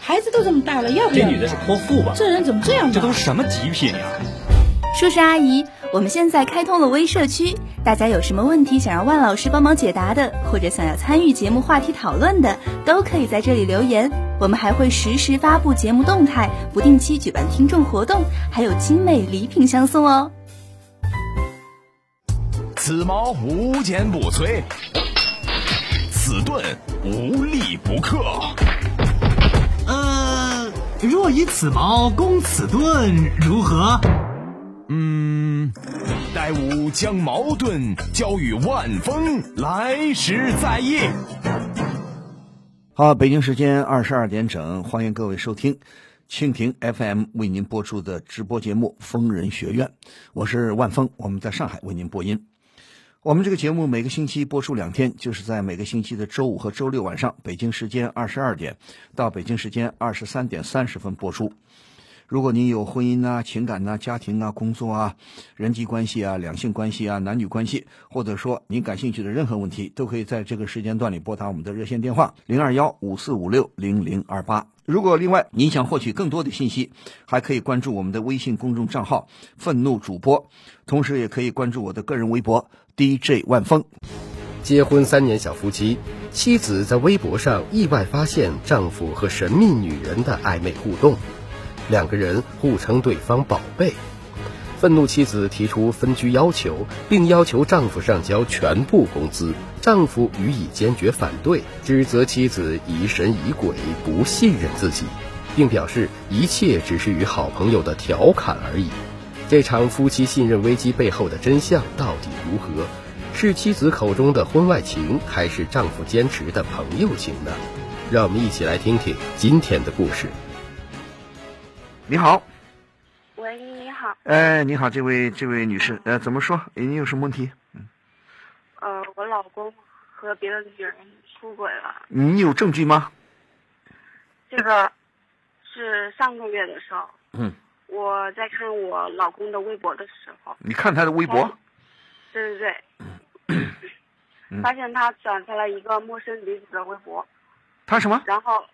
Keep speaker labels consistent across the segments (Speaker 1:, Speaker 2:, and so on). Speaker 1: 孩子都这么大了，要不
Speaker 2: 这
Speaker 1: 要？
Speaker 2: 女的是泼妇吧？
Speaker 1: 这人怎么这样
Speaker 2: 这都
Speaker 1: 呢？
Speaker 2: 是什么极品啊呀、
Speaker 3: 舒适阿姨，我们现在开通了微社区，大家有什么问题想让万老师帮忙解答的，或者想要参与节目话题讨论的，都可以在这里留言。我们还会实时发布节目动态，不定期举办听众活动，还有精美礼品相送哦。
Speaker 4: 此矛无坚不摧，此盾无力不克。
Speaker 5: 呃，若以此矛攻此盾，如何？
Speaker 4: 嗯，待吾将矛盾交与万峰，来时再议。
Speaker 6: 好，北京时间二十二点整，欢迎各位收听蜻蜓 FM 为您播出的直播节目《疯人学院》，我是万峰，我们在上海为您播音。我们这个节目每个星期播出两天，就是在每个星期的周五和周六晚上，北京时间二十二点到北京时间二十三点三十分播出。如果您有婚姻呐、情感呐、家庭啊、工作啊、人际关系啊、两性关系啊、男女关系，或者说您感兴趣的任何问题，都可以在这个时间段里拨打我们的热线电话零二幺五四五六零零二八。如果另外您想获取更多的信息，还可以关注我们的微信公众账号“愤怒主播”，同时也可以关注我的个人微博 DJ 万峰。
Speaker 7: 结婚三年小夫妻，妻子在微博上意外发现丈夫和神秘女人的暧昧互动，两个人互称对方“宝贝”。愤怒妻子提出分居要求，并要求丈夫上交全部工资，丈夫予以坚决反对，指责妻子疑神疑鬼、不信任自己，并表示一切只是与好朋友的调侃而已。这场夫妻信任危机背后的真相到底如何？是妻子口中的婚外情，还是丈夫坚持的朋友情呢？让我们一起来听听今天的故事。
Speaker 6: 你好，
Speaker 8: 喂，你好，
Speaker 6: 哎，你好，这位这位女士，呃，怎么说？您有什么问题？
Speaker 8: 呃，我老公和别的女人出轨了，
Speaker 6: 你有证据吗？
Speaker 8: 这个是上个月的时候，
Speaker 6: 嗯，
Speaker 8: 我在看我老公的微博的时候，
Speaker 6: 你看她的微博，
Speaker 8: 对对对，发现他转发了一个陌生女子的微博，
Speaker 6: 她什么？
Speaker 8: 然后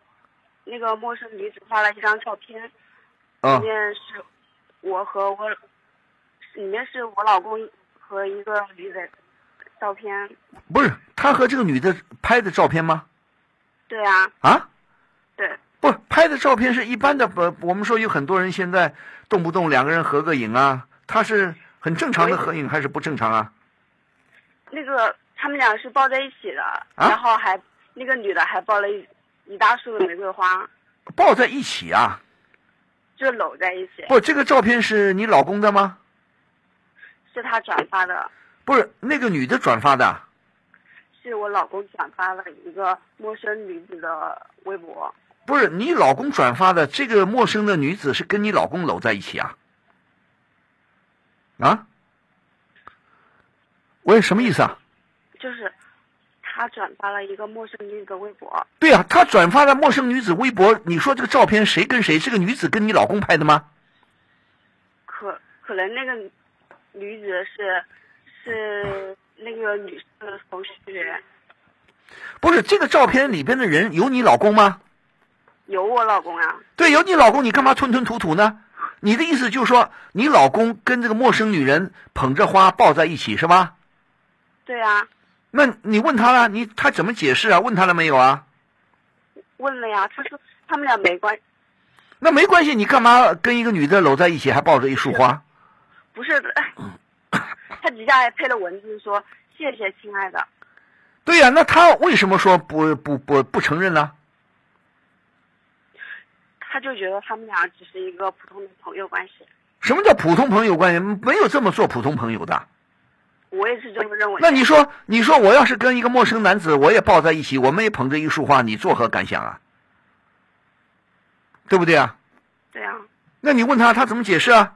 Speaker 8: 那个陌生女子发了一张照片，
Speaker 6: 啊
Speaker 8: 里面是我和我，里面是我老公和一个女的照片，
Speaker 6: 不是他和这个女的拍的照片吗？
Speaker 8: 对啊，
Speaker 6: 啊，
Speaker 8: 对。
Speaker 6: 不是拍的照片是一般的，不，我们说有很多人现在动不动两个人合个影啊，他是很正常的合影还是不正常啊？
Speaker 8: 那个他们俩是抱在一起的，然后还那个女的还抱了一一大束的玫瑰花，
Speaker 6: 抱在一起啊？
Speaker 8: 就搂在一起，
Speaker 6: 不，这个照片是你老公的吗？
Speaker 8: 是他转发的，
Speaker 6: 不是那个女的转发的，
Speaker 8: 是我老公转发了一个陌生女子的微博，
Speaker 6: 不是你老公转发的。这个陌生的女子是跟你老公搂在一起啊？啊？喂，什么意思啊？
Speaker 8: 就是他转发了一个陌生女子的微博，
Speaker 6: 对啊，他转发的陌生女子微博，你说这个照片谁跟谁？这个女子跟你老公拍的吗？
Speaker 8: 可可能那个女子是是那个女生的同学，
Speaker 6: 不是，这个照片里边的人有你老公吗？
Speaker 8: 有我老公啊，
Speaker 6: 对，有你老公，你干嘛吞吞吐吐呢？你的意思就是说，你老公跟这个陌生女人捧着花抱在一起是吧？
Speaker 8: 对啊，
Speaker 6: 那你问他了，你他怎么解释啊？问他了没有啊？
Speaker 8: 问了呀，他说他们俩没关
Speaker 6: 那没关系，你干嘛跟一个女的搂在一起还抱着一束花？
Speaker 8: 不是的，他底下还配了文字说谢谢亲爱的，
Speaker 6: 对呀、那他为什么说不不不不承认呢？
Speaker 8: 他就觉得他们俩只是一个普通的朋友关系，
Speaker 6: 什么叫普通朋友关系？没有这么做普通朋友的。
Speaker 8: 我也是这么认为的。
Speaker 6: 那你说，你说我要是跟一个陌生男子，我也抱在一起，我们也捧着一束花，你作何感想啊？对不对啊？
Speaker 8: 对啊，
Speaker 6: 那你问他，他怎么解释啊？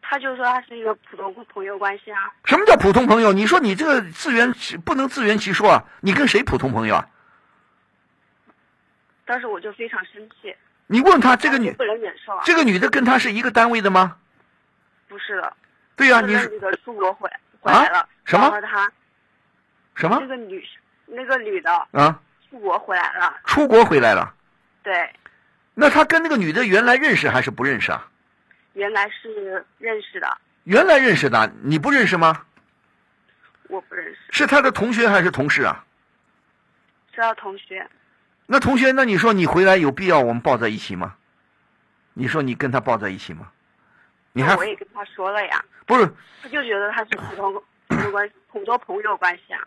Speaker 8: 他就说他是一个普通朋友关系啊，
Speaker 6: 什么叫普通朋友？你说你这个自圆其不能自圆其说啊！你跟谁普通朋友啊？
Speaker 8: 当时我就非常生气，
Speaker 6: 你问他这个
Speaker 8: 我
Speaker 6: 女
Speaker 8: 不能忍受啊，
Speaker 6: 这个女的跟他是一个单位的吗？
Speaker 8: 不是的，
Speaker 6: 对呀、
Speaker 8: 那
Speaker 6: 你
Speaker 8: 个
Speaker 6: 是啊
Speaker 8: 女的出国回回来了，
Speaker 6: 什么
Speaker 8: 然后他
Speaker 6: 什
Speaker 8: 那
Speaker 6: 么
Speaker 8: 个女那个女的
Speaker 6: 啊？
Speaker 8: 出国回来了，
Speaker 6: 出国回来了，
Speaker 8: 对，
Speaker 6: 那他跟那个女的原来认识还是不认识啊？
Speaker 8: 原来是认识的，
Speaker 6: 原来认识的，你不认识吗？
Speaker 8: 我不认识，
Speaker 6: 是他的同学还是同事啊？
Speaker 8: 知道同学，
Speaker 6: 那同学，那你说你回来有必要我们抱在一起吗？你说你跟他抱在一起吗？你还
Speaker 8: 那我也跟他说了呀，
Speaker 6: 不是？
Speaker 8: 他就觉得他是普通普通关系，普通朋友关系啊。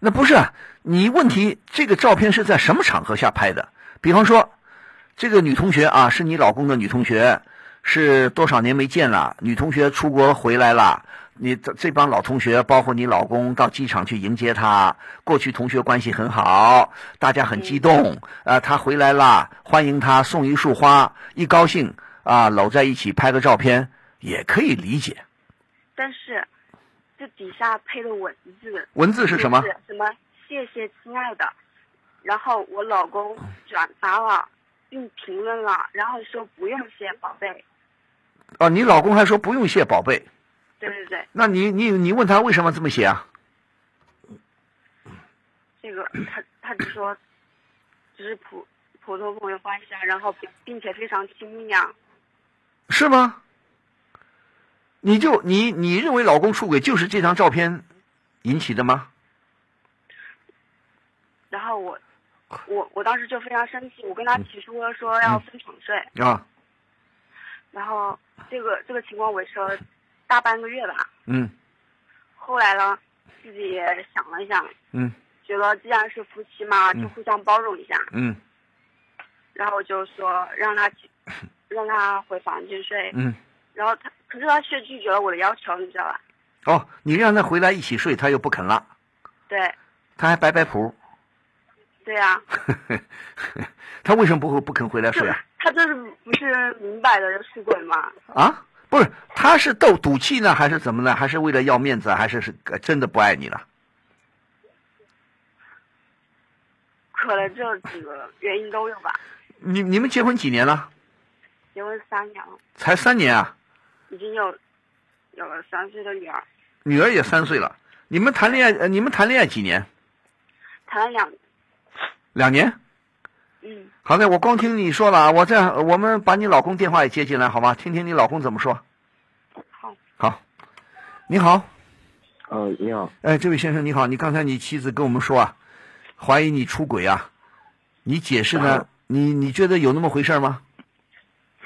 Speaker 6: 那不是啊你问题，这个照片是在什么场合下拍的？比方说，这个女同学啊，是你老公的女同学，是多少年没见了？女同学出国回来了，你这这帮老同学，包括你老公，到机场去迎接她。过去同学关系很好，大家很激动，呃，她回来了，欢迎她，送一束花，一高兴啊、搂在一起拍个照片，也可以理解。
Speaker 8: 但是这底下配的文字
Speaker 6: 文字是什么
Speaker 8: 就？什么谢谢亲爱的，然后我老公转发了，并评论了，然后说不用谢宝贝。
Speaker 6: 哦，你老公还说不用谢宝贝，
Speaker 8: 对对对，
Speaker 6: 那你你你问他为什么这么写啊？
Speaker 8: 这个他他就说，只是普普通朋友关系啊，然后并并且非常亲密啊。
Speaker 6: 是吗？你就你你认为老公出轨就是这张照片引起的吗？
Speaker 8: 然后我我我当时就非常生气，我跟他提出了说要分床睡，
Speaker 6: 啊，
Speaker 8: 然后这个这个情况维持了大半个月吧。
Speaker 6: 嗯
Speaker 8: 后来呢，自己也想了想，
Speaker 6: 嗯
Speaker 8: 觉得既然是夫妻嘛，就互相包容一下。
Speaker 6: 嗯
Speaker 8: 然后我就说让他去，让他回房间睡。
Speaker 6: 嗯，
Speaker 8: 然后他，可是他却拒绝了我的要求，你知道吧？
Speaker 6: 哦，你让他回来一起睡，他又不肯了，
Speaker 8: 对，
Speaker 6: 他还摆摆谱，
Speaker 8: 对呀、
Speaker 6: 他为什么不会不肯回来睡
Speaker 8: 是
Speaker 6: 啊？
Speaker 8: 他这是不是明摆着出轨嘛？
Speaker 6: 啊，不是，他是斗赌气呢，还是怎么呢？还是为了要面子，还是是呃真的不爱你了？
Speaker 8: 可能这几个原因都有吧。
Speaker 6: 你你们结婚几年了？
Speaker 8: 结婚三年了，
Speaker 6: 才三年啊，
Speaker 8: 已经有有了三岁的女儿，
Speaker 6: 女儿也三岁了。你们谈恋爱，呃你们谈恋爱几年？
Speaker 8: 谈了两，
Speaker 6: 两年？
Speaker 8: 嗯，
Speaker 6: 好的，我光听你说了啊，我这我们把你老公电话也接进来好吗？听听你老公怎么说。
Speaker 8: 好，
Speaker 6: 好，你好，
Speaker 1: 嗯、你好，
Speaker 6: 哎，这位先生你好，你刚才你妻子跟我们说啊，怀疑你出轨啊，你解释
Speaker 1: 啊
Speaker 6: 呢？你你觉得有那么回事吗？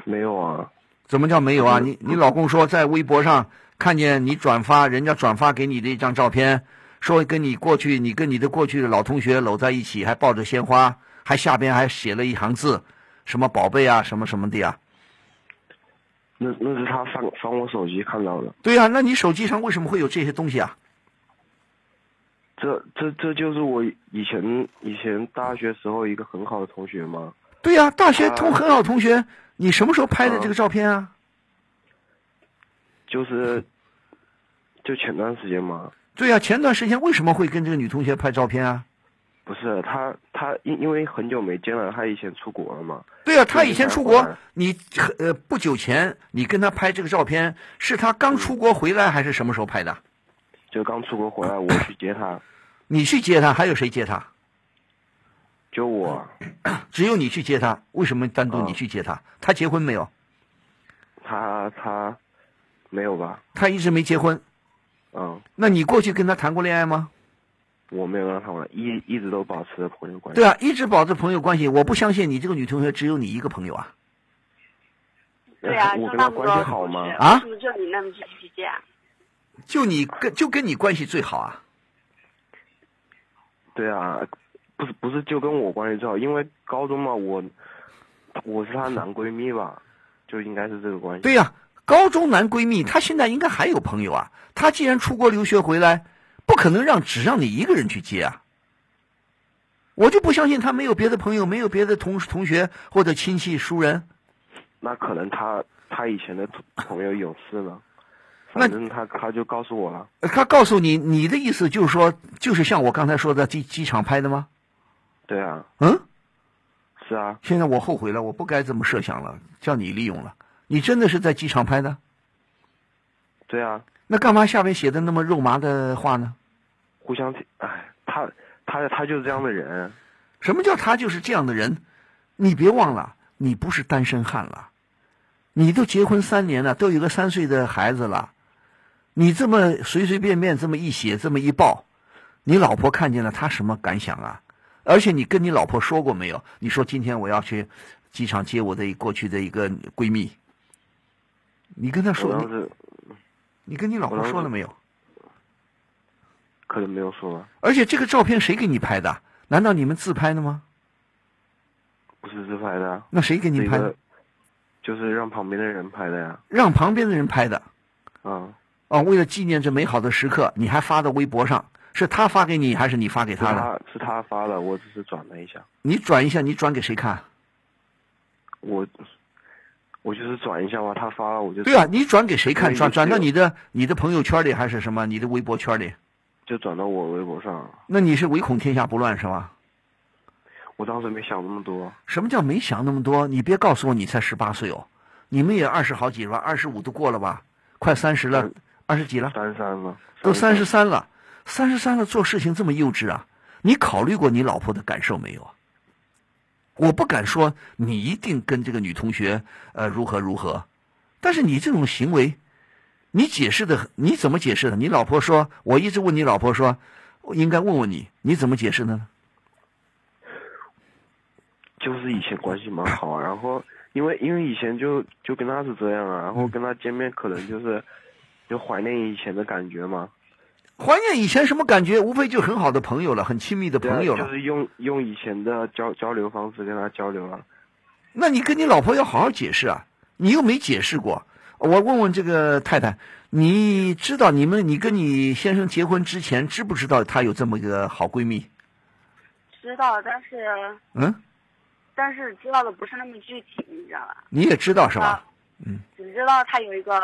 Speaker 1: 没有啊，
Speaker 6: 怎么叫没有啊？你
Speaker 1: 嗯
Speaker 6: 你老公说在微博上看见你转发人家转发给你的一张照片，说跟你过去你跟你的过去的老同学搂在一起，还抱着鲜花，还下边还写了一行字，什么宝贝啊，什么什么的呀、
Speaker 1: 那那是他翻翻我手机看到的，
Speaker 6: 对呀、那你手机上为什么会有这些东西啊？
Speaker 1: 这这这就是我以前以前大学时候一个很好的同学嘛，
Speaker 6: 对呀、大学同很好同学，你什么时候拍的这个照片啊？
Speaker 1: 就是就前段时间嘛，
Speaker 6: 对呀、前段时间为什么会跟这个女同学拍照片啊？
Speaker 1: 不是他他因因为很久没见了，他以前出国了嘛，
Speaker 6: 对呀、她以前出国
Speaker 1: 嗯，
Speaker 6: 你呃不久前你跟她拍这个照片，是她刚出国回来还是什么时候拍的？
Speaker 1: 就刚出国回来，我去接他，
Speaker 6: 你去接她，还有谁接她？
Speaker 1: 就我
Speaker 6: 只有你去接她，为什么单独你去接她？她结婚没有？
Speaker 1: 他他没有吧，
Speaker 6: 她一直没结婚。
Speaker 1: 嗯，
Speaker 6: 那你过去跟她谈过恋爱吗？
Speaker 1: 我没有让他玩，一一直都保持着朋友关系，
Speaker 6: 对啊，一直保持朋友关系。我不相信你这个女同学只有你一个朋友啊！
Speaker 1: 那
Speaker 8: 对呀、
Speaker 1: 我
Speaker 8: 就
Speaker 1: 跟
Speaker 8: 那
Speaker 1: 他
Speaker 8: 么多
Speaker 1: 关系好吗
Speaker 8: 同学
Speaker 6: 啊
Speaker 8: 为什么就你那么皮脾气啊？
Speaker 6: 就你跟就跟你关系最好啊！
Speaker 1: 对啊，不是不是就跟我关系最好，因为高中嘛，我我是她男闺蜜吧，就应该是这个关系。
Speaker 6: 对呀、高中男闺蜜，她现在应该还有朋友啊。她既然出国留学回来，不可能让只让你一个人去接啊。我就不相信她没有别的朋友，没有别的同同学或者亲戚熟人。
Speaker 1: 那可能她她以前的同朋友有事了，
Speaker 6: 那
Speaker 1: 反正她她就告诉我了，
Speaker 6: 呃她告诉你，你的意思就是说，就是像我刚才说的机机场拍的吗？
Speaker 1: 对啊，
Speaker 6: 嗯，
Speaker 1: 是啊，
Speaker 6: 现在我后悔了，我不该这么设想了，叫你利用了。你真的是在机场拍的？
Speaker 1: 对啊，
Speaker 6: 那干嘛下面写的那么肉麻的话呢？
Speaker 1: 互相挺，哎，她她她就是这样的人，
Speaker 6: 什么叫他就是这样的人？你别忘了，你不是单身汉了，你都结婚三年了，都有个三岁的孩子了，你这么随随便便这么一写，这么一报，你老婆看见了，她什么感想啊？而且你跟你老婆说过没有？你说今天我要去机场接我的一过去的一个闺蜜，你跟她
Speaker 1: 我
Speaker 6: 说，
Speaker 1: 当
Speaker 6: 你
Speaker 1: 时
Speaker 6: 你跟你老婆说了没有？
Speaker 1: 可能没有说吧，
Speaker 6: 而且这个照片谁给你拍的？难道你们自拍的吗？
Speaker 1: 不是自拍的啊，
Speaker 6: 那谁给你
Speaker 1: 是一
Speaker 6: 拍的？
Speaker 1: 个就是让旁边的人拍的呀，
Speaker 6: 让旁边的人拍的
Speaker 1: 啊，
Speaker 6: 啊！为了纪念这美好的时刻，你还发到微博上，是他发给你还是你发给
Speaker 1: 是
Speaker 6: 他的？
Speaker 1: 他是他发的，我只是转了一下，
Speaker 6: 你转一下，你转给谁看？
Speaker 1: 我我就是转一下嘛，他发了我就
Speaker 6: 对啊，你转给谁看？
Speaker 1: 对
Speaker 6: 转
Speaker 1: 你
Speaker 6: 转到
Speaker 1: 是
Speaker 6: 你的你的朋友圈里还是什么？你的微博圈里？
Speaker 1: 就转到我微博上，
Speaker 6: 那你是唯恐天下不乱是吧？
Speaker 1: 我当时没想那么多，
Speaker 6: 什么叫没想那么多？你别告诉我你才十八岁哦，你们也二十好几了吧，二十五都过了吧，快三十了
Speaker 1: 嗯，
Speaker 6: 二十几了。
Speaker 1: 三三嘛，
Speaker 6: 都三十三了，三十三了做事情这么幼稚啊？你考虑过你老婆的感受没有啊？我不敢说你一定跟这个女同学呃如何如何，但是你这种行为，你解释的你怎么解释的？你老婆说，我一直问你老婆说，我应该问问你，你怎么解释的呢？
Speaker 1: 就是以前关系蛮好，啊然后因为因为以前就就跟他是这样啊，然后跟他见面可能就是就怀念以前的感觉嘛，
Speaker 6: 怀念以前什么感觉？无非就很好的朋友了，很亲密的
Speaker 1: 对啊
Speaker 6: 朋友了。
Speaker 1: 就是用用以前的交交流方式跟他交流啊，
Speaker 6: 那你跟你老婆要好好解释啊，你又没解释过。我问问这个太太，你知道你们你跟你先生结婚之前知不知道她有这么一个好闺蜜？
Speaker 8: 知道，但是
Speaker 6: 嗯，
Speaker 8: 但是知道的不是那么具体，你知道吧？
Speaker 6: 你也知道是
Speaker 8: 啊
Speaker 6: 吧？
Speaker 8: 只知道他有一个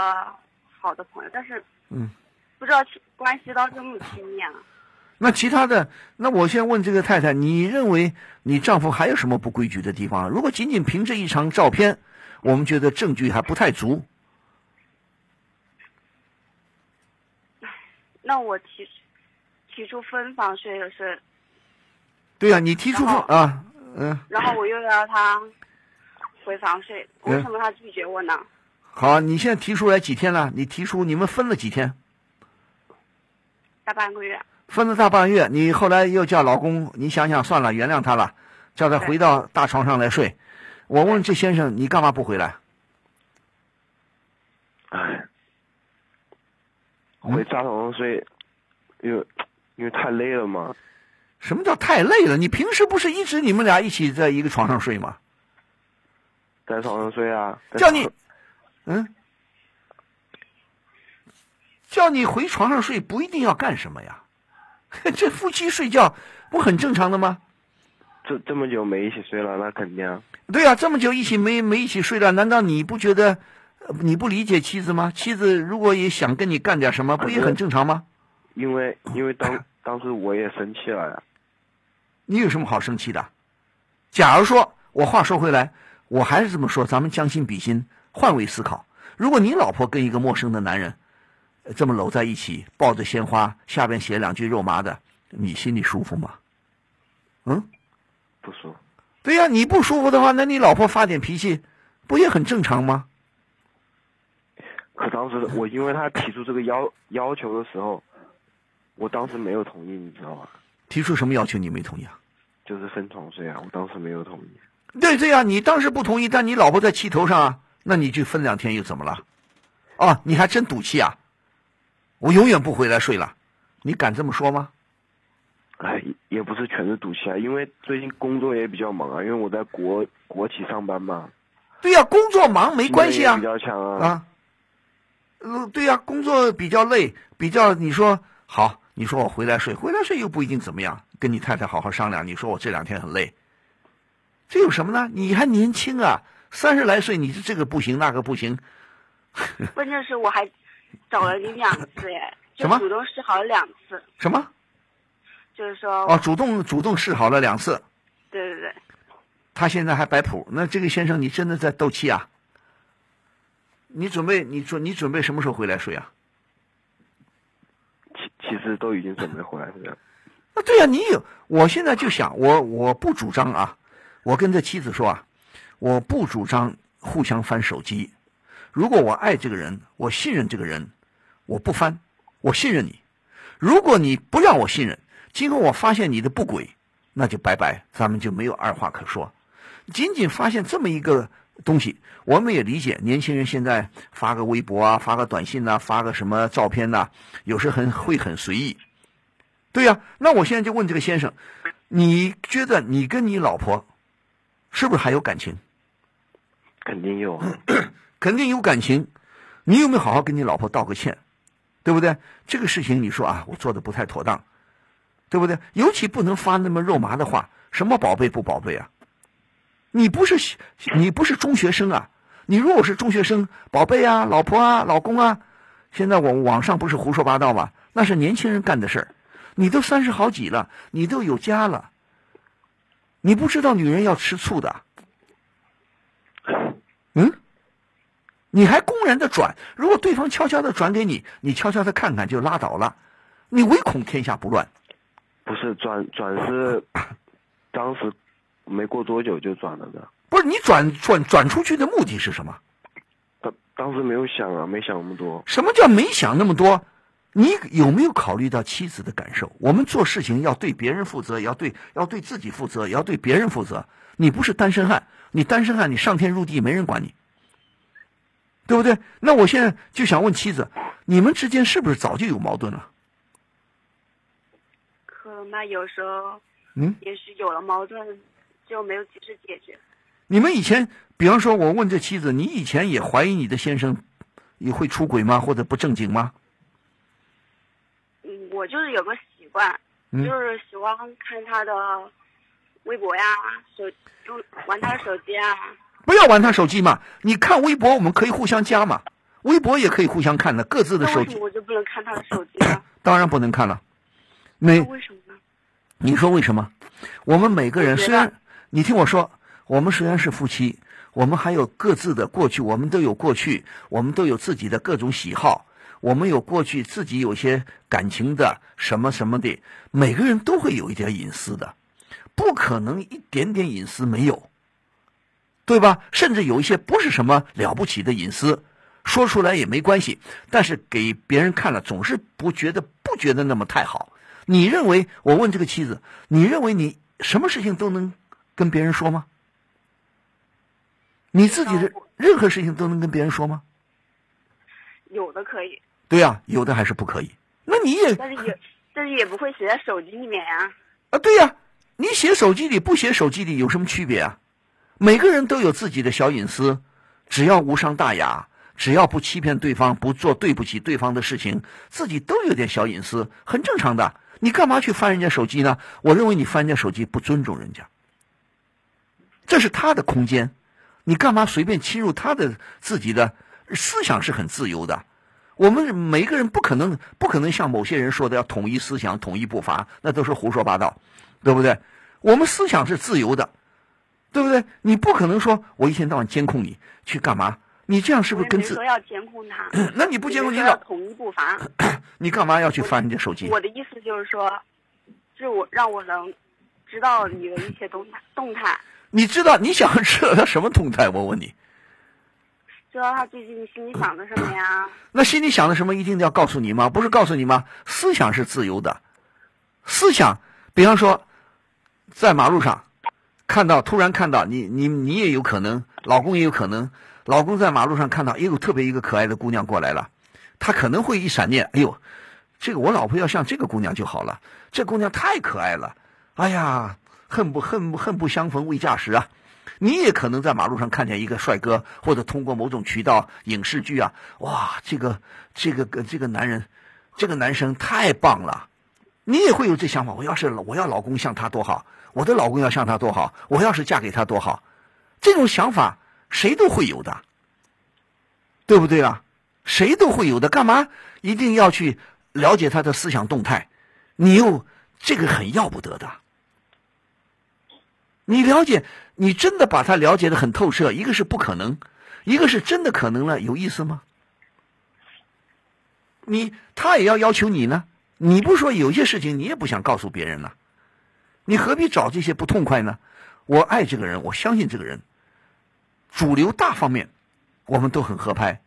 Speaker 8: 好的朋友，但是
Speaker 6: 嗯，
Speaker 8: 不知道亲关系到这么亲密啊。
Speaker 6: 那其他的，那我先问这个太太，你认为你丈夫还有什么不规矩的地方？如果仅仅凭这一张照片，我们觉得证据还不太足，
Speaker 8: 那我提提出分房税的事，
Speaker 6: 对呀、你提出
Speaker 8: 然后
Speaker 6: 啊，嗯、
Speaker 8: 然后我又要他回房税，为什么他拒绝我呢？
Speaker 6: 好，你现在提出来几天了？你提出你们分了几天？
Speaker 8: 大半个月，
Speaker 6: 分了大半月，你后来又叫老公，你想想算了，原谅他了，叫他回到大床上来睡。我问这先生，你干嘛不回来？
Speaker 1: 唉，
Speaker 6: 嗯
Speaker 1: 回扎床上睡，因为因为太累了嘛，
Speaker 6: 什么叫太累了？你平时不是一直你们俩一起在一个床上睡吗？
Speaker 1: 在床上睡啊，在
Speaker 6: 叫
Speaker 1: 床
Speaker 6: 你，嗯，叫你回床上睡，不一定要干什么呀？ 这夫妻睡觉不很正常的吗？
Speaker 1: 这这么久没一起睡了，那肯定啊，
Speaker 6: 对呀、这么久一起没没一起睡了，难道你不觉得呃你不理解妻子吗？妻子如果也想跟你干点什么，不也很正常吗？
Speaker 1: 因为因为 当当时我也生气了呀，
Speaker 6: 你有什么好生气的？假如说我话说回来，我还是这么说，咱们将心比心，换位思考。如果你老婆跟一个陌生的男人呃这么搂在一起，抱着鲜花，下边写两句肉麻的，你心里舒服吗？嗯，
Speaker 1: 不说，
Speaker 6: 对呀、你不舒服的话，那你老婆发点脾气，不也很正常吗？
Speaker 1: 可当时我因为他提出这个要要求的时候，我当时没有同意，你知道吧？
Speaker 6: 提出什么要求你没同意啊？
Speaker 1: 就是分床睡啊，我当时没有同意，
Speaker 6: 对对呀、你当时不同意，但你老婆在气头上啊，那你就分两天又怎么了？哦，你还真赌气啊！我永远不回来睡了，你敢这么说吗？
Speaker 1: 哎，也不是全是赌气啊，因为最近工作也比较忙啊，因为我在国国企上班嘛，
Speaker 6: 对呀、工作忙没关系啊
Speaker 1: 竞争也比较强啊，
Speaker 6: 啊，呃，对呀、工作比较累，比较你说好，你说我回来睡，回来睡又不一定怎么样，跟你太太好好商量，你说我这两天很累，这有什么呢？你还年轻啊，三十来岁，你这个不行那个不行，
Speaker 8: 关键是我还找了你两次，哎，就
Speaker 6: 什么
Speaker 8: 主动示好了两次，
Speaker 6: 什么？
Speaker 8: 就是说，
Speaker 6: 哦，主动主动示好了两次。
Speaker 8: 对对对，
Speaker 6: 他现在还摆谱，那这个先生你真的在斗气啊？你准备你准你准备什么时候回来睡啊？
Speaker 1: 其其实都已经准备回来了。
Speaker 6: 啊，对呀、你有，我现在就想，我我不主张啊，我跟这妻子说啊，我不主张互相翻手机。如果我爱这个人，我信任这个人，我不翻，我信任你。如果你不让我信任，今后我发现你的不轨，那就拜拜，咱们就没有二话可说。仅仅发现这么一个东西，我们也理解年轻人现在发个微博啊，发个短信呐、发个什么照片呐、有时很会很随意。对呀、那我现在就问这个先生，你觉得你跟你老婆是不是还有感情？
Speaker 1: 肯定有啊。
Speaker 6: 嗯肯定有感情，你有没有好好跟你老婆道个歉？对不对？这个事情你说啊，我做的不太妥当，对不对？尤其不能发那么肉麻的话，什么宝贝不宝贝啊？你不是小你不是中学生啊！你如果是中学生，宝贝啊、老婆啊、老公啊，现在网网上不是胡说八道吗？那是年轻人干的事儿。你都三十好几了，你都有家了，你不知道女人要吃醋的。嗯，你还公然的转，如果对方悄悄的转给你，你悄悄的看看就拉倒了，你唯恐天下不乱。
Speaker 1: 不是转转是，当时没过多久就转了的。
Speaker 6: 不是你转转转出去的目的是什么？
Speaker 1: 当当时没有想啊，没想那么多。
Speaker 6: 什么叫没想那么多？你有没有考虑到妻子的感受？我们做事情要对别人负责，也要对要对自己负责，也要对别人负责。你不是单身汉，你单身汉，你上天入地没人管你，对不对？那我现在就想问妻子，你们之间是不是早就有矛盾了？
Speaker 8: 可嘛，有时候，
Speaker 6: 嗯，
Speaker 8: 也许有了矛盾，就没有及时解决。
Speaker 6: 你们以前，比方说，我问这妻子，你以前也怀疑你的先生也会出轨吗？或者不正经吗？
Speaker 8: 嗯，我就是有个习惯，
Speaker 6: 嗯
Speaker 8: 就是喜欢看他的微博呀，手用玩他的手机啊。
Speaker 6: 不要玩他手机嘛！你看微博，我们可以互相加嘛，微博也可以互相看的，各自的
Speaker 8: 那
Speaker 6: 手
Speaker 8: 为什
Speaker 6: 机嗯
Speaker 8: 么我就不能看他的手机呢？
Speaker 6: 当然不能看了。
Speaker 8: 那
Speaker 6: 那
Speaker 8: 为什么呢？
Speaker 6: 你说为什么？我们每个人
Speaker 8: 我觉得
Speaker 6: 虽然你听我说，我们虽然是夫妻，我们还有各自的过去，我们都有过去，我们都有自己的各种喜好，我们有过去自己有些感情的什么什么的，每个人都会有一点隐私的，不可能一点点隐私没有，对吧？甚至有一些不是什么了不起的隐私。说出来也没关系，但是给别人看了总是不觉得不觉得那么太好。你认为我问这个妻子，你认为你什么事情都能跟别人说吗？你自己的任何事情都能跟别人说吗？
Speaker 8: 有的可以，
Speaker 6: 对呀、有的还是不可以。那你也
Speaker 8: 但是也但是也不会写在手机里面呀、
Speaker 6: 啊，对呀、你写手机里不写手机里有什么区别啊？每个人都有自己的小隐私，只要无伤大雅，只要不欺骗对方，不做对不起对方的事情，自己都有点小隐私，很正常的。你干嘛去翻人家手机呢？我认为你翻人家手机不尊重人家，这是他的空间，你干嘛随便侵入他的自己的思想是很自由的。我们每个人不可能不可能像某些人说的要统一思想、统一步伐，那都是胡说八道，对不对？我们思想是自由的，对不对？你不可能说我一天到晚监控你去干嘛？你这样是
Speaker 8: 我
Speaker 6: 不是
Speaker 8: 也
Speaker 6: 跟
Speaker 8: 没
Speaker 6: 自，
Speaker 8: 说要监控他
Speaker 6: 那你不监控
Speaker 8: 也
Speaker 6: 你
Speaker 8: 没说要
Speaker 6: 老
Speaker 8: 统一不 罚。
Speaker 6: 你干嘛要去翻人家手机？
Speaker 8: 我的意思就是说，就是我让我能知道你的一切动态动态，
Speaker 6: 你知道你想 知道他什么动态？我问你，
Speaker 8: 知道他最近心里想的什么 呀？
Speaker 6: 那心里想的什么一定要告诉你吗？不是告诉你吗？思想是自由的，思想，比方说，在马路上看到突然看到你你你也有可能，老公也有可能，老公在马路上看到也有特别一个可爱的姑娘过来了，他可能会一闪念，哎呦，这个我老婆要像这个姑娘就好了，这姑娘太可爱了，哎呀，恨不恨不恨不相逢未嫁时啊！你也可能在马路上看见一个帅哥，或者通过某种渠道、影视剧啊，哇，这个这个这个男人，这个男生太棒了，你也会有这想法。我要是我要老公像他多好，我的老公要像他多好，我要是嫁给他多好，这种想法谁都会有的，对不对啊？谁都会有的，干嘛一定要去了解他的思想动态？你又这个很要不得的。你了解，你真的把他了解的很透彻，一个是不可能，一个是真的可能了，有意思吗？你他也要要求你呢，你不说有些事情你也不想告诉别人呢，你何必找这些不痛快呢？我爱这个人，我相信这个人。主流大方面，我们都很合拍，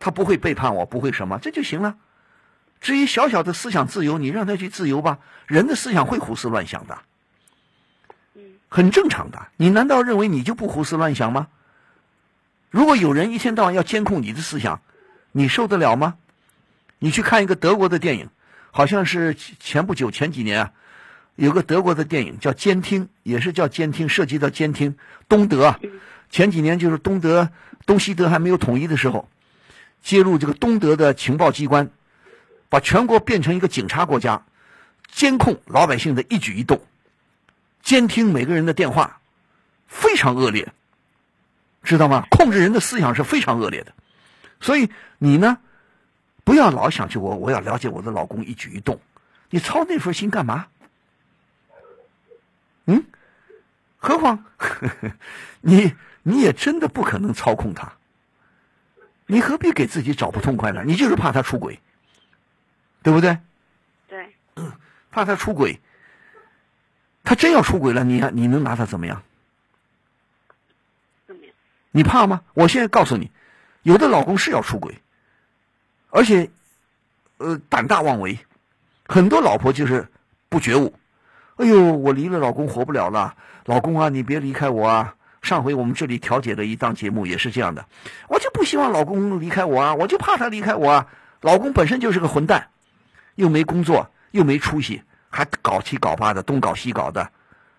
Speaker 6: 他不会背叛我，不会什么，这就行了。至于小小的思想自由，你让他去自由吧。人的思想会胡思乱想的，很正常的。你难道认为你就不胡思乱想吗？如果有人一天到晚要监控你的思想，你受得了吗？你去看一个德国的电影，好像是前不久前几年啊，有个德国的电影叫《监听》，也是叫《监听》，涉及到监听。东德啊，前几年就是东德、东西德还没有统一的时候，介入这个东德的情报机关，把全国变成一个警察国家，监控老百姓的一举一动，监听每个人的电话，非常恶劣，知道吗？控制人的思想是非常恶劣的，所以你呢，不要老想去我我要了解我的老公一举一动，你操那份心干嘛？嗯，何况 你你也真的不可能操控他，你何必给自己找不痛快呢？你就是怕他出轨，对不对？
Speaker 8: 对，
Speaker 6: 怕他出轨，他真要出轨了，你你能拿他怎么样？
Speaker 8: 怎么样？
Speaker 6: 你怕吗？我现在告诉你，有的老公是要出轨，而且，呃，胆大妄为，很多老婆就是不觉悟。哎呦，我离了老公活不了了，老公啊，你别离开我啊！上回我们这里调解的一档节目也是这样的，我就不希望老公离开我啊，我就怕他离开我啊。老公本身就是个混蛋，又没工作，又没出息，还搞七搞八的，东搞西搞的，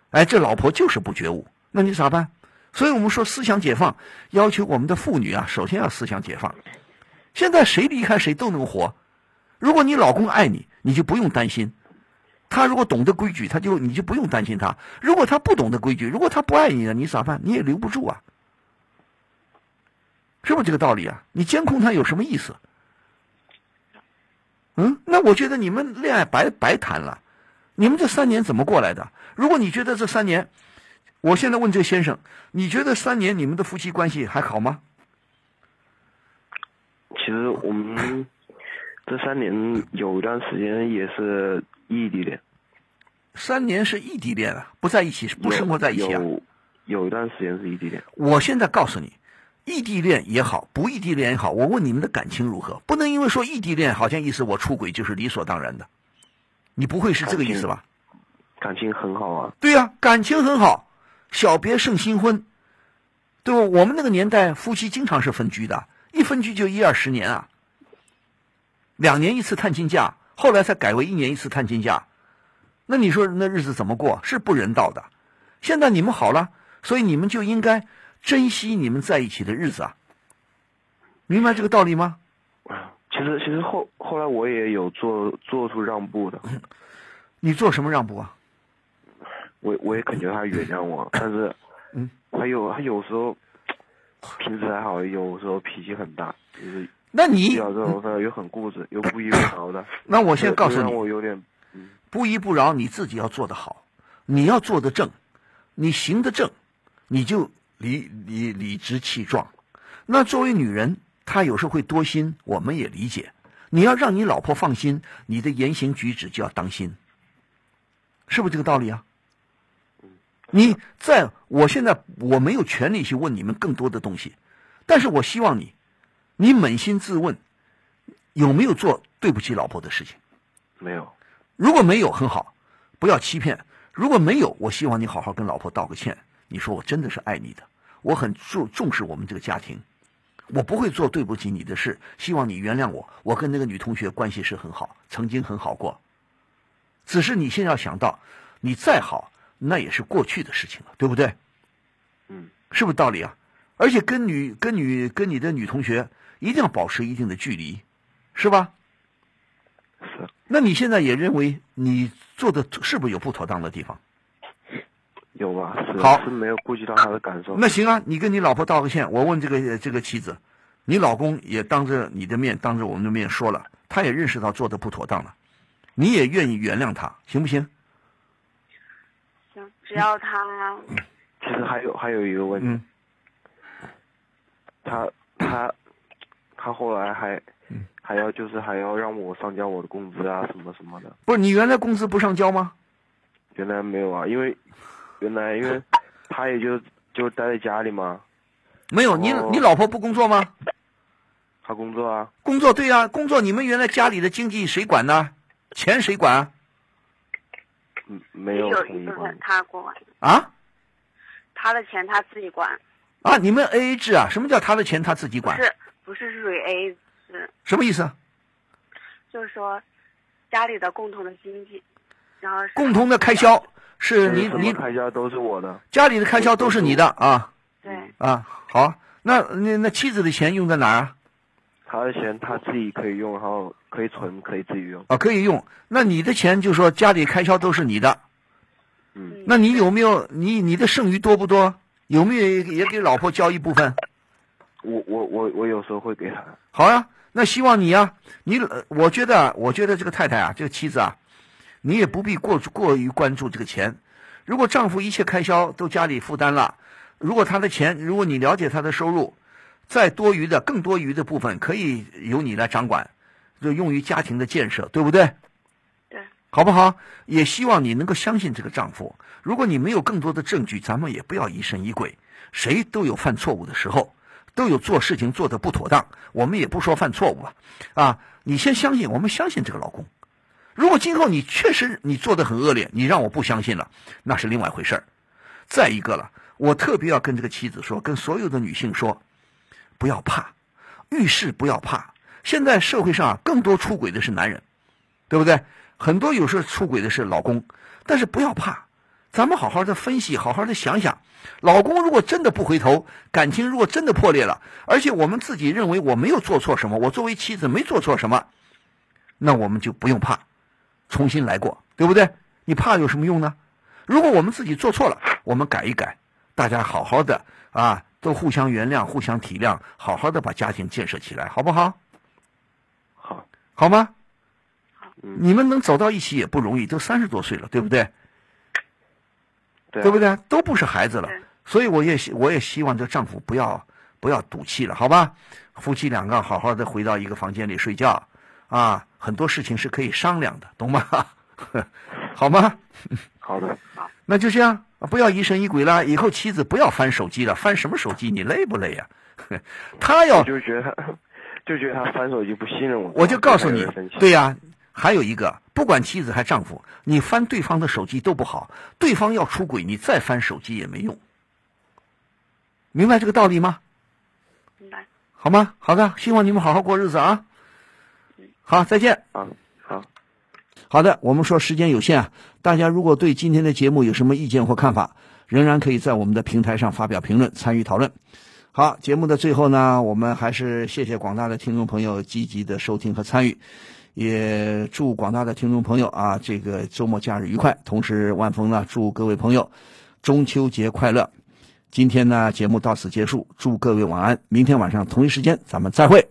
Speaker 6: 哎，这老婆就是不觉悟，那你咋办？所以我们说思想解放，要求我们的妇女啊，首先要思想解放。现在谁离开谁都能活，如果你老公爱你，你就不用担心；他如果懂得规矩，他就你就不用担心他；如果他不懂得规矩，如果他不爱你了，你咋办？你也留不住啊，是不是这个道理啊？你监控他有什么意思？嗯，那我觉得你们恋爱白白谈了，你们这三年怎么过来的？如果你觉得这三年，我现在问这个先生，你觉得三年你们的夫妻关系还好吗？
Speaker 1: 其实我们这三年有一段时间也是异地恋，
Speaker 6: 三年是异地恋啊，不在一起，不生活在一起啊。
Speaker 1: 有有一段时间是异地恋，
Speaker 6: 我现在告诉你，异地恋也好，不异地恋也好，我问你们的感情如何？不能因为说异地恋好像意思我出轨就是理所当然的，你不会是这个意思吧？
Speaker 1: 感情很好啊。
Speaker 6: 对呀、感情很好，小别胜新婚，对吧？我们那个年代夫妻经常是分居的，一分居就一二十年啊，两年一次探亲假，后来才改为一年一次探亲假。那你说那日子怎么过？是不人道的。现在你们好了，所以你们就应该珍惜你们在一起的日子啊，明白这个道理吗？
Speaker 1: 其实其实后后来我也有做做出让步的，
Speaker 6: 嗯你做什么让步啊？
Speaker 1: 我我也感觉他原谅我，但是，
Speaker 6: 嗯，
Speaker 1: 他有他有时候平时还好，有时候脾气很大，就是
Speaker 6: 那
Speaker 1: 遇
Speaker 6: 你
Speaker 1: 到这种事儿又很固执，又不依不饶的。
Speaker 6: 嗯那我先
Speaker 1: 这
Speaker 6: 告诉
Speaker 1: 这让
Speaker 6: 你，
Speaker 1: 我有点
Speaker 6: 不依不饶，你自己要做得好，你要做得正，你行得正，你就理理理直气壮。那作为女人，她有时候会多心，我们也理解。你要让你老婆放心，你的言行举止就要当心，是不是这个道理啊？你在我现在我没有权利去问你们更多的东西，但是我希望你，你扪心自问，有没有做对不起老婆的事情？
Speaker 1: 没有。
Speaker 6: 如果没有，很好，不要欺骗。如果没有，我希望你好好跟老婆道个歉。你说我真的是爱你的，我很重重视我们这个家庭，我不会做对不起你的事，希望你原谅我。我跟那个女同学关系是很好，曾经很好过，只是你现在要想到，你再好那也是过去的事情了，对不对？
Speaker 1: 嗯，
Speaker 6: 是不是道理啊？而且跟女跟女跟你的女同学一定要保持一定的距离，是吧？
Speaker 1: 是
Speaker 6: 那你现在也认为你做的是不是有不妥当的地方？
Speaker 1: 有吧？是
Speaker 6: 好
Speaker 1: 是没有顾及到他的感受。
Speaker 6: 那行啊，你跟你老婆道个歉。我问这个呃这个妻子，你老公也当着你的面，当着我们的面说了，他也认识到做的不妥当了，你也愿意原谅他，行不行？
Speaker 8: 行，只要他
Speaker 1: 其实还有还有一个问题，
Speaker 6: 嗯
Speaker 1: 他他他后来还
Speaker 6: 嗯
Speaker 1: 还要就是还要让我上交我的工资啊什么什么的。
Speaker 6: 不是你原来工资不上交吗？
Speaker 1: 原来没有啊，因为原来因为他也就就待在家里嘛，
Speaker 6: 没有，你
Speaker 1: 哦
Speaker 6: 你老婆不工作吗？
Speaker 1: 他工作啊，
Speaker 6: 工作对呀、工作你们原来家里的经济谁管呢？钱谁管啊？
Speaker 1: 嗯，没
Speaker 8: 也
Speaker 1: 有
Speaker 8: 有
Speaker 1: 同
Speaker 8: 一
Speaker 1: 意
Speaker 8: 部
Speaker 1: 过
Speaker 8: 分。他管，
Speaker 6: 啊
Speaker 8: 他的钱他自己管，
Speaker 6: 啊！你们 A A 制啊？什么叫他的钱他自己
Speaker 8: 不
Speaker 6: 管？
Speaker 8: 是不是属于 A，是
Speaker 6: 什么意思啊？
Speaker 8: 就是说家里的共同的经济，然后是
Speaker 6: 共同的开销是你
Speaker 1: 什
Speaker 6: 你
Speaker 1: 么开销都是我的，
Speaker 6: 家里的开销都是你的啊
Speaker 8: 对
Speaker 6: 啊！好，那那那妻子的钱用在哪儿啊？
Speaker 1: 他的钱他自己可以用，然后可以存，可以自己用。
Speaker 6: 啊，可以用。那你的钱就说家里开销都是你的，
Speaker 1: 嗯，
Speaker 6: 那你有没有你你的剩余多不多？有没有也也给老婆交一部分？
Speaker 1: 我我我我有时候会给他，
Speaker 6: 好呀、那希望你啊，你呃我觉得啊，我觉得这个太太啊，这个妻子啊，你也不必过过于关注这个钱。如果丈夫一切开销都家里负担了，如果他的钱，如果你了解他的收入，再多余的、更多余的部分可以由你来掌管，就用于家庭的建设，对不对？
Speaker 8: 对，
Speaker 6: 好不好？也希望你能够相信这个丈夫。如果你没有更多的证据，咱们也不要疑神疑鬼。谁都有犯错误的时候，都有做事情做得不妥当。我们也不说犯错误吧，啊，你先相信，我们相信这个老公。如果今后你确实你做的很恶劣，你让我不相信了，那是另外一回事儿。再一个了，我特别要跟这个妻子说，跟所有的女性说，不要怕，遇事不要怕。现在社会上啊，更多出轨的是男人，对不对？很多有时候出轨的是老公，但是不要怕，咱们好好的分析，好好的想想，老公如果真的不回头，感情如果真的破裂了，而且我们自己认为我没有做错什么，我作为妻子没做错什么，那我们就不用怕，重新来过，对不对？你怕有什么用呢？如果我们自己做错了，我们改一改，大家好好的啊，都互相原谅、互相体谅，好好的把家庭建设起来，好不好？
Speaker 1: 好，
Speaker 6: 好吗？
Speaker 1: 嗯
Speaker 6: 你们能走到一起也不容易，都三十多岁了，对不对？
Speaker 1: 对啊
Speaker 6: 对不对？都不是孩子了
Speaker 8: 对，
Speaker 6: 所以我也希我也希望这丈夫不要不要赌气了，好吧？夫妻两个好好的回到一个房间里睡觉，啊，很多事情是可以商量的，懂吗？ 好吗？
Speaker 1: 好的，
Speaker 6: 那就这样，不要疑神疑鬼了。以后妻子不要翻手机了，翻什么手机？你累不累呀、 他要
Speaker 1: 我就觉得 他就觉得他翻手机不信任我，
Speaker 6: 我就告诉你
Speaker 1: 我就生气，
Speaker 6: 对呀、还有一个，不管妻子还丈夫，你翻对方的手机都不好，对方要出轨，你再翻手机也没用。明白这个道理吗？
Speaker 8: 明白。
Speaker 6: 好吗？好的，希望你们好好过日子啊。好，再见。
Speaker 1: 啊，好。
Speaker 6: 好的，我们说时间有限啊，大家如果对今天的节目有什么意见或看法，仍然可以在我们的平台上发表评论，参与讨论。好，节目的最后呢，我们还是谢谢广大的听众朋友积极的收听和参与，也祝广大的听众朋友啊，这个周末假日愉快。同时，万峰呢，祝各位朋友中秋节快乐。今天呢，节目到此结束，祝各位晚安。明天晚上同一时间，咱们再会。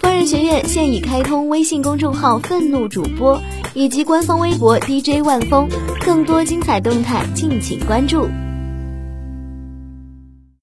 Speaker 2: 疯人学院现已开通微信公众号“愤怒主播”以及官方微博 DJ 万峰，更多精彩动态敬请关注。